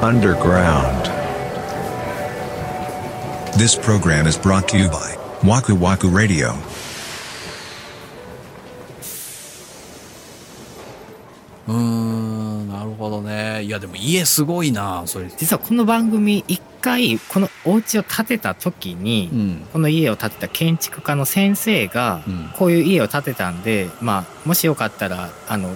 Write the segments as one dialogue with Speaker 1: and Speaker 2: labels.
Speaker 1: underground.
Speaker 2: This program is brought to you by Waku Waku Radio.
Speaker 3: うーんなるほどねいやでも家すごいなそれ
Speaker 4: 実はこの番組一回このお家を建てた時に、
Speaker 3: うん
Speaker 4: この家を建てた建築家の先生が、
Speaker 3: うん
Speaker 4: こういう家を建てたんで、まあ、もしよかったらあの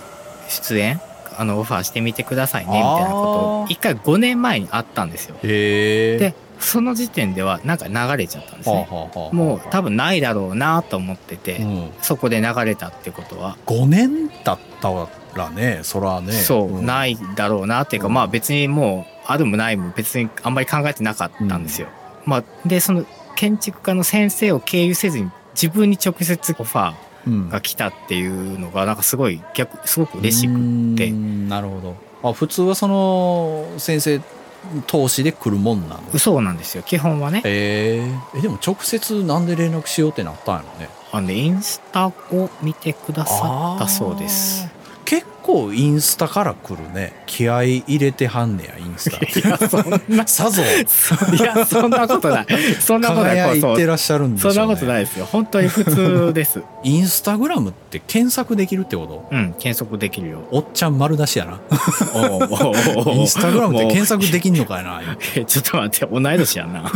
Speaker 4: 出演あのオファーしてみてくださいねみたいなことを
Speaker 3: あー
Speaker 4: 一回5年前にあったんですよ。
Speaker 3: へえ
Speaker 4: でその時点ではなんか流れちゃったんですね。
Speaker 3: はあはあ
Speaker 4: もう多分ないだろうなと思ってて、
Speaker 3: うん、
Speaker 4: そこで流れたってことは、
Speaker 3: 5年だったらねそらね
Speaker 4: そう、
Speaker 3: ん
Speaker 4: ないだろうなっていうか、
Speaker 3: うん
Speaker 4: まあ別にもうあるもないも別にあんまり考えてなかったんですよ。まあ、でその建築家の先生を経由せずに自分に直接オファ
Speaker 3: うん
Speaker 4: ーが来たっていうのがなんかすごい逆すごく嬉しくて
Speaker 3: うーんなるほどあ普通はその先生投資で来るもんなの
Speaker 4: そうなんですよ基本はね
Speaker 3: えー、えでも直接なんで連絡しようってなったんやろね
Speaker 4: あのねインスタを見てくださったそうです
Speaker 3: 結構インスタから来るね気合い入れてはんねやインス
Speaker 4: いやそんな
Speaker 3: タさぞ
Speaker 4: そ いやそんなこ とないそんなことない
Speaker 3: 輝い
Speaker 4: そう
Speaker 3: てらっしゃるんでしょ、
Speaker 4: そう
Speaker 3: ね、
Speaker 4: んなことないですよ本当に普通です
Speaker 3: インスタグラムって検索できるってこと
Speaker 4: うん検索できるよ
Speaker 3: おっちゃん丸出しやな
Speaker 4: おうおうおうおう
Speaker 3: インスタグラムって検索できんのかいな今
Speaker 4: えちょっと待って同い年やんな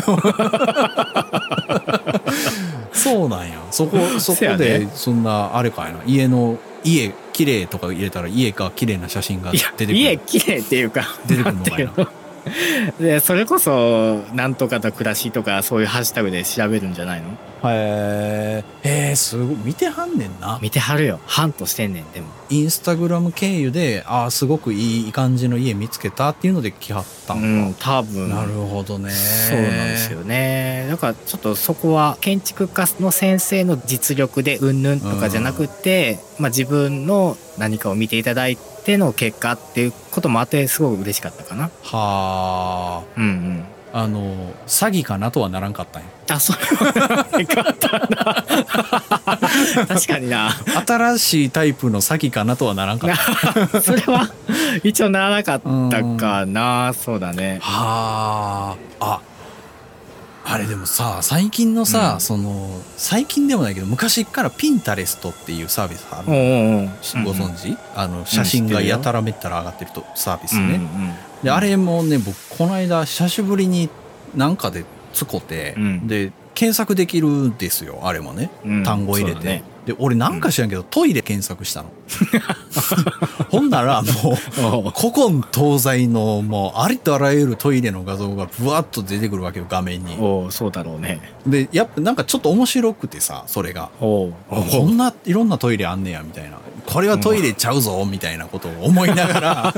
Speaker 3: そうなんやそこそこ
Speaker 4: せや
Speaker 3: で
Speaker 4: ね
Speaker 3: そんなあれかいな家の家綺麗とか入れたら家か綺麗な写真が
Speaker 4: い
Speaker 3: 出
Speaker 4: や
Speaker 3: てくる
Speaker 4: 家綺麗っていうか
Speaker 3: 出てくるの
Speaker 4: だ
Speaker 3: かい
Speaker 4: け
Speaker 3: な
Speaker 4: ど でそれこそ「なんとかと暮らし」とかそういうハッシュタグで調べるんじゃないの
Speaker 3: へえへえすごい見てはんねんな
Speaker 4: 見てはるよハンとしてんねんでも
Speaker 3: インスタグラム経由でああすごくいい感じの家見つけたっていうので来はった
Speaker 4: うんん多分
Speaker 3: なるほどね
Speaker 4: そうなんですよねだからちょっとそこは建築家の先生の実力でうんぬんとかじゃなくて、まあ、自分の何かを見ていただいての結果っていうこともあってすごく嬉しかったかな
Speaker 3: は
Speaker 4: うんうん
Speaker 3: ああの詐欺かなとはならんかったんや
Speaker 4: あそれはな かったな確かにな
Speaker 3: 新しいタイプの詐欺かなとはならんかった
Speaker 4: それは一応ならなかったかなそうだね
Speaker 3: はあああれでもさ最近のさ、
Speaker 4: うん
Speaker 3: その最近でもないけど昔からピンタレストっていうサービスあ
Speaker 4: おう
Speaker 3: る
Speaker 4: おうおう
Speaker 3: ご存知、あの写真がやたらめったら上がってるとサービスね、であれもね僕この間久しぶりになんかでつこて、
Speaker 4: うん
Speaker 3: で検索できるんですよあれもね、
Speaker 4: うん
Speaker 3: 単語入れて、
Speaker 4: そうだね
Speaker 3: で俺なんか知らんけど、トイレ検索したの ほんならもう古今東西のもうありとあらゆるトイレの画像がブワッと出てくるわけよ画面に
Speaker 4: おうそうだろうね
Speaker 3: でやっぱなんかちょっと面白くてさそれが
Speaker 4: おう
Speaker 3: こんないろんなトイレあんねやみたいなこれはトイレちゃうぞみたいなことを思いながら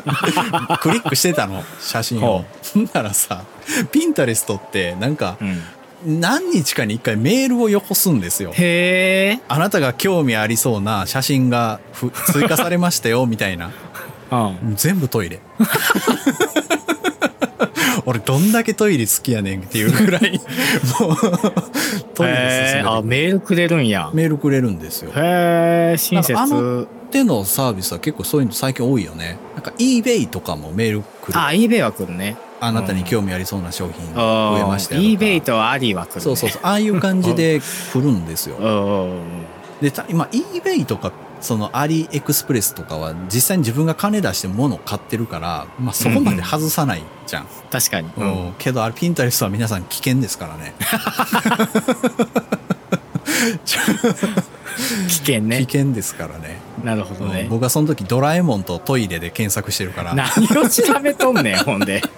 Speaker 3: クリックしてたの写真を
Speaker 4: ほ
Speaker 3: ほんならさピンタレストってなんか
Speaker 4: うん
Speaker 3: 何日かに一回メールをよこすんですよ
Speaker 4: へえ
Speaker 3: あなたが興味ありそうな写真がふ追加されましたよみた いな
Speaker 4: うん
Speaker 3: 全部トイレ 俺どんだけトイレ好きやねんっていうぐらいもうトイレ
Speaker 4: へ
Speaker 3: 進
Speaker 4: ーあ
Speaker 3: めて
Speaker 4: メールくれるんや
Speaker 3: メールくれるんですよ
Speaker 4: へえ親切
Speaker 3: なんかあの手のサービスは結構そういうの最近多いよねなんか eBay とかもメール来る
Speaker 4: あ
Speaker 3: あ
Speaker 4: eBay は来るね
Speaker 3: なたに興味ありそうな商品増
Speaker 4: あ
Speaker 3: えましたよとか
Speaker 4: eBay とアリーは来るね
Speaker 3: そうそうそうああいう感じで来るんですよ
Speaker 4: おうおう
Speaker 3: でた今 eBay とかそのアリエクスプレスとかは実際に自分が金出して物を買ってるから、まあ、そこまで外さないじゃん、
Speaker 4: おう確かに
Speaker 3: うんけどあれピンタレストは皆さん危険ですからね
Speaker 4: 危険
Speaker 3: 危
Speaker 4: ね
Speaker 3: 険ですからね
Speaker 4: なるほど
Speaker 3: う
Speaker 4: ね
Speaker 3: ん僕はその時ドラえもんとトイレで検索してるから
Speaker 4: 何を調べとんねんほんで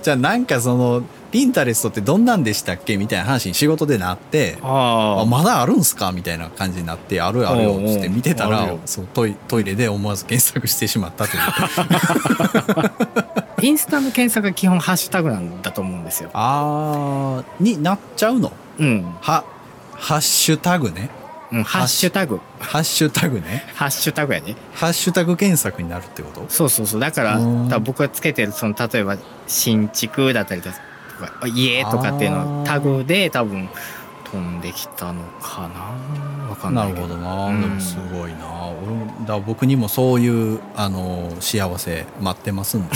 Speaker 3: じゃあなんかそのピンタレストってどんなんでしたっけみたいな話に仕事でなって
Speaker 4: あ
Speaker 3: あ
Speaker 4: あ
Speaker 3: まだあるんすかみたいな感じになってあるよあるよ
Speaker 4: おうおう
Speaker 3: っつって見てた
Speaker 4: ある
Speaker 3: ら
Speaker 4: よ
Speaker 3: そうトイトイレで思わず検索してしまったという
Speaker 4: インスタの検索が基本ハッシュタグなんだと思うんですよ。
Speaker 3: あーになっちゃうの
Speaker 4: うん。
Speaker 3: はハッシュタグね
Speaker 4: うん、ハッシュタグ。
Speaker 3: ハッシュタグね
Speaker 4: ハッシュタグやね。
Speaker 3: ハッシュタグ検索になるってこと
Speaker 4: そうそうそう。だから、
Speaker 3: うん
Speaker 4: 多分僕がつけてる、その、例えば、新築だったりだとか、家とかっていうの
Speaker 3: あー
Speaker 4: をタグで多分飛んできたのかな。わかん
Speaker 3: な
Speaker 4: ない
Speaker 3: る
Speaker 4: け
Speaker 3: ほ
Speaker 4: ど
Speaker 3: どな、
Speaker 4: うん
Speaker 3: でもすごいな俺もだ僕にもそういうあの幸せ待ってます んで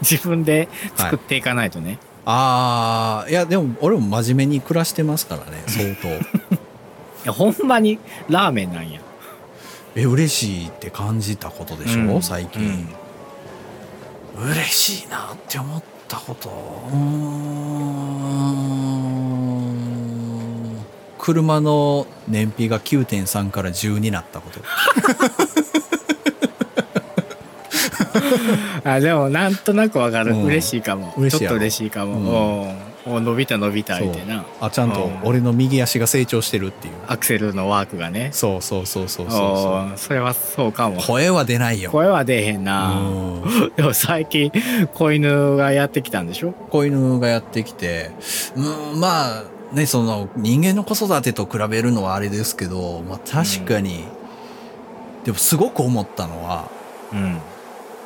Speaker 4: 自分で作っていかないとね、
Speaker 3: ああいやでも俺も真面目に暮らしてますからね相 当
Speaker 4: い、やほんまにラーメンなんや
Speaker 3: え嬉しいって感じたことでしょ、
Speaker 4: うん
Speaker 3: 最近、嬉しいなって思ったことうーん車の燃費が9.3から10になったこと
Speaker 4: あでもなんとなくわかる、
Speaker 3: うん
Speaker 4: 嬉しいかも
Speaker 3: 嬉しい
Speaker 4: ちょ
Speaker 3: や
Speaker 4: っ
Speaker 3: ろ
Speaker 4: と嬉しいかも、うんお伸びた伸びた
Speaker 3: そ
Speaker 4: 言
Speaker 3: う
Speaker 4: てな
Speaker 3: あちゃんと
Speaker 4: うん
Speaker 3: 俺の右足が成長してるっていう
Speaker 4: アクセルのワークがね
Speaker 3: そうそうそうそうそう
Speaker 4: お
Speaker 3: そ
Speaker 4: ーそれはそうかも
Speaker 3: う声は出ないよ
Speaker 4: 声は出えへんな、
Speaker 3: うん
Speaker 4: でも最近子犬がやってきたんでしょ
Speaker 3: 子犬がやってきてうんまあねその人間の子育てと比べるのはあれですけど、まあ、確かに、でもすごく思ったのは
Speaker 4: うん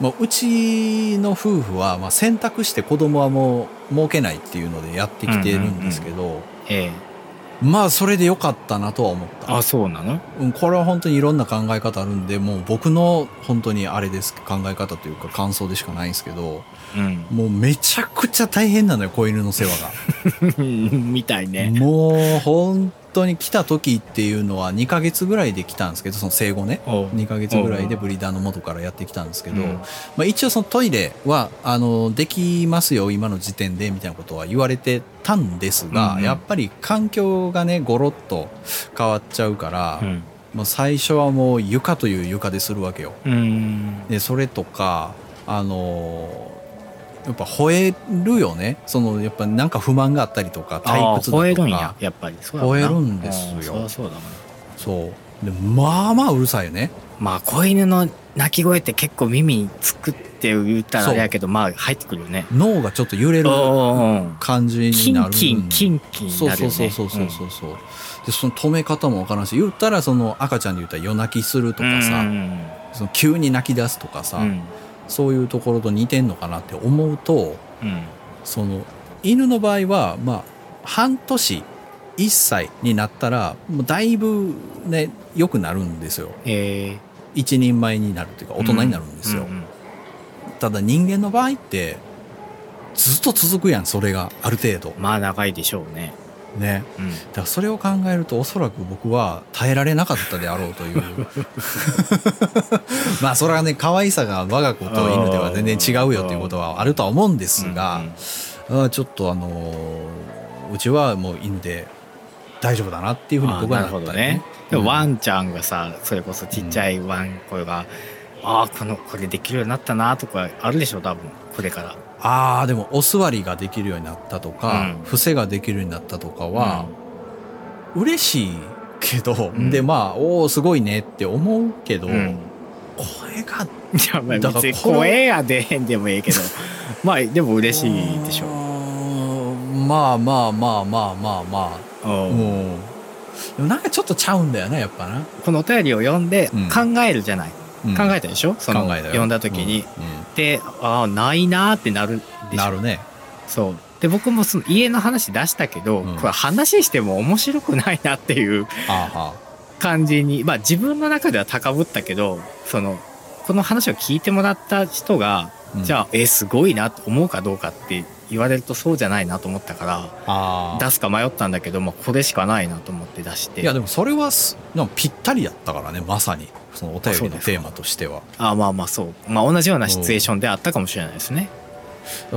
Speaker 3: もううちの夫婦は、まあ、選択して子供はもう儲けないっていうのでやってきてるんですけど、
Speaker 4: ええ
Speaker 3: まあそれで良かったなとは思った
Speaker 4: あそうなの
Speaker 3: うん、これは本当にいろんな考え方あるんで、もう僕の本当にあれです、考え方というか感想でしかないんですけど、
Speaker 4: う
Speaker 3: もうめちゃくちゃ大変なのよ、子犬の世話が。
Speaker 4: ん みたいね
Speaker 3: もう本当に来た時っていうのは2ヶ月ぐらいで来たんですけど、その生後ね。
Speaker 4: おう
Speaker 3: 2ヶ月ぐらいでブリーダーの元からやってきたんですけど、
Speaker 4: うん
Speaker 3: まあ、一応そのトイレはあのできますよ今の時点でみたいなことは言われてたんですが、
Speaker 4: うんうん
Speaker 3: やっぱり環境がねゴロッと変わっちゃうから、
Speaker 4: うん
Speaker 3: もう最初はもう床という床でするわけよ
Speaker 4: うん
Speaker 3: でそれとかあのーやっぱ吠えるよねそのやっぱなんか不満があったりとか退
Speaker 4: ああ
Speaker 3: 屈だとか
Speaker 4: 吠えるんややっぱりそうだな
Speaker 3: 吠えるんですよ
Speaker 4: ああそりゃそうだもん
Speaker 3: そうでまあまあうるさいよね
Speaker 4: まあ子犬の鳴き声って結構耳につくって言ったらあれやけどまあ入ってくるよね
Speaker 3: 脳がちょっと揺れる
Speaker 4: お
Speaker 3: 感じに
Speaker 4: キ
Speaker 3: なる
Speaker 4: ンキンキンキンに
Speaker 3: そう
Speaker 4: なる
Speaker 3: そ
Speaker 4: よ
Speaker 3: う
Speaker 4: ね
Speaker 3: そうそうそうそうそうでその止め方もわからんし言ったらその赤ちゃんで言ったら夜泣きすると
Speaker 4: うん
Speaker 3: かさ、
Speaker 4: うん
Speaker 3: その急に泣き出すとかさ、
Speaker 4: うん
Speaker 3: そういうところと似てんのかなって思うとその犬の場合はまあ半年1歳になったらもうだいぶね良くなるんですよ
Speaker 4: えー
Speaker 3: 一人前になるというか大人になるんですよ、
Speaker 4: うんうん
Speaker 3: ただ人間の場合ってずっと続くやんそれがある程度
Speaker 4: まあ長いでしょうね
Speaker 3: ね
Speaker 4: うん
Speaker 3: だからそれを考えるとおそらく僕は耐えられなかったであろうという まあそれはね可愛さが我が子と犬では全然違うよということはあるとは思うんですが、
Speaker 4: うんうん
Speaker 3: あーちょっとあのーうちはもう犬で大丈夫だなっていうふうに僕は
Speaker 4: あ
Speaker 3: な
Speaker 4: ー
Speaker 3: っ
Speaker 4: な
Speaker 3: たよ
Speaker 4: るほど
Speaker 3: ね
Speaker 4: ね。でもワンちゃんがさそれこそちっちゃいワンコが、ああこのこれできるようになったなとかあるでしょ多分これから。
Speaker 3: ああでもお座りができるようになったとか、
Speaker 4: うん
Speaker 3: 伏せができるようになったとかは、嬉しいけど、でまあおおすごいねって思うけど、
Speaker 4: うん、うん
Speaker 3: 声が
Speaker 4: いやまあ
Speaker 3: だから
Speaker 4: 別に
Speaker 3: これ
Speaker 4: 声が出へんでもええ けどまあでも嬉しいでし
Speaker 3: う
Speaker 4: ょ。
Speaker 3: ーんまあまあまあまあまあまあ、
Speaker 4: う
Speaker 3: うんんでもなんかちょっとちゃうんだよねやっぱな、
Speaker 4: このお便りを読んで
Speaker 3: うん
Speaker 4: 考えるじゃない、
Speaker 3: うん
Speaker 4: 考えたでしょその
Speaker 3: 考えたよ
Speaker 4: 読んだ時に。
Speaker 3: うんうん
Speaker 4: でああないなーってなるでしょ
Speaker 3: なるね
Speaker 4: そうで僕もその家の話出したけど、
Speaker 3: うん
Speaker 4: これ話しても面白くないなっていう
Speaker 3: あーは
Speaker 4: 感じに、まあ自分の中では高ぶったけど、その、この話を聞いてもらった人が、
Speaker 3: ー、うん
Speaker 4: じゃあ、え、すごいなと思うかどうかって言われるとそうじゃないなと思ったから、
Speaker 3: あー
Speaker 4: 出すか迷ったんだけど、まあこれしかないなと思って出して。
Speaker 3: いやでもそれはすなんかぴったりやったからねまさにそのお便りのテーマとしては
Speaker 4: あまあまあそう。まあ同じようなシチュエーションであったかもしれないですね。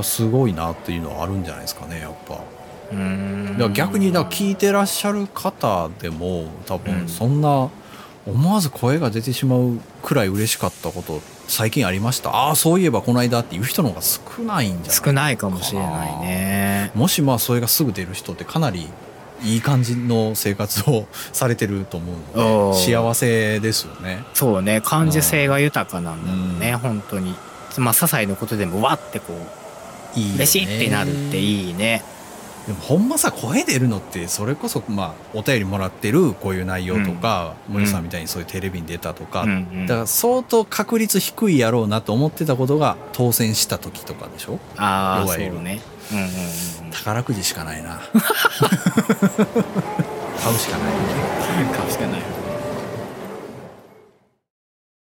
Speaker 3: すごいなっていうのはあるんじゃないですかねやっぱ
Speaker 4: うーん
Speaker 3: だから逆にだから聞いてらっしゃる方でも多
Speaker 4: う
Speaker 3: 分
Speaker 4: ん
Speaker 3: そんな思わず声が出てしまうくらい嬉しかったこと最近ありましたああそういえばこの間っていう人の方が少ないんじゃない
Speaker 4: 少ないかもしれないね。
Speaker 3: もしまあそれがすぐ出る人ってかなりいい感じの生活をされてると思うの
Speaker 4: おー
Speaker 3: で幸せですよね
Speaker 4: そうね、感受性が豊かなんだろうね、
Speaker 3: う
Speaker 4: 本当に。まあ、些細なことでもわってこう、
Speaker 3: いいよね
Speaker 4: 嬉しいってなるっていいね。
Speaker 3: でもほんまさ声出るのってそれこそまあお便りもらってるこういう内容とか、
Speaker 4: ん
Speaker 3: 森さんみたいにそういうテレビに出たとか、
Speaker 4: うんうん
Speaker 3: だから相当確率低いやろうなと思ってたことが当選した時とかでしょ
Speaker 4: ああ
Speaker 3: 弱
Speaker 4: そう
Speaker 3: い色
Speaker 4: ねうんうんうん
Speaker 3: 宝くじしかないな買うしかない
Speaker 4: 買うしかない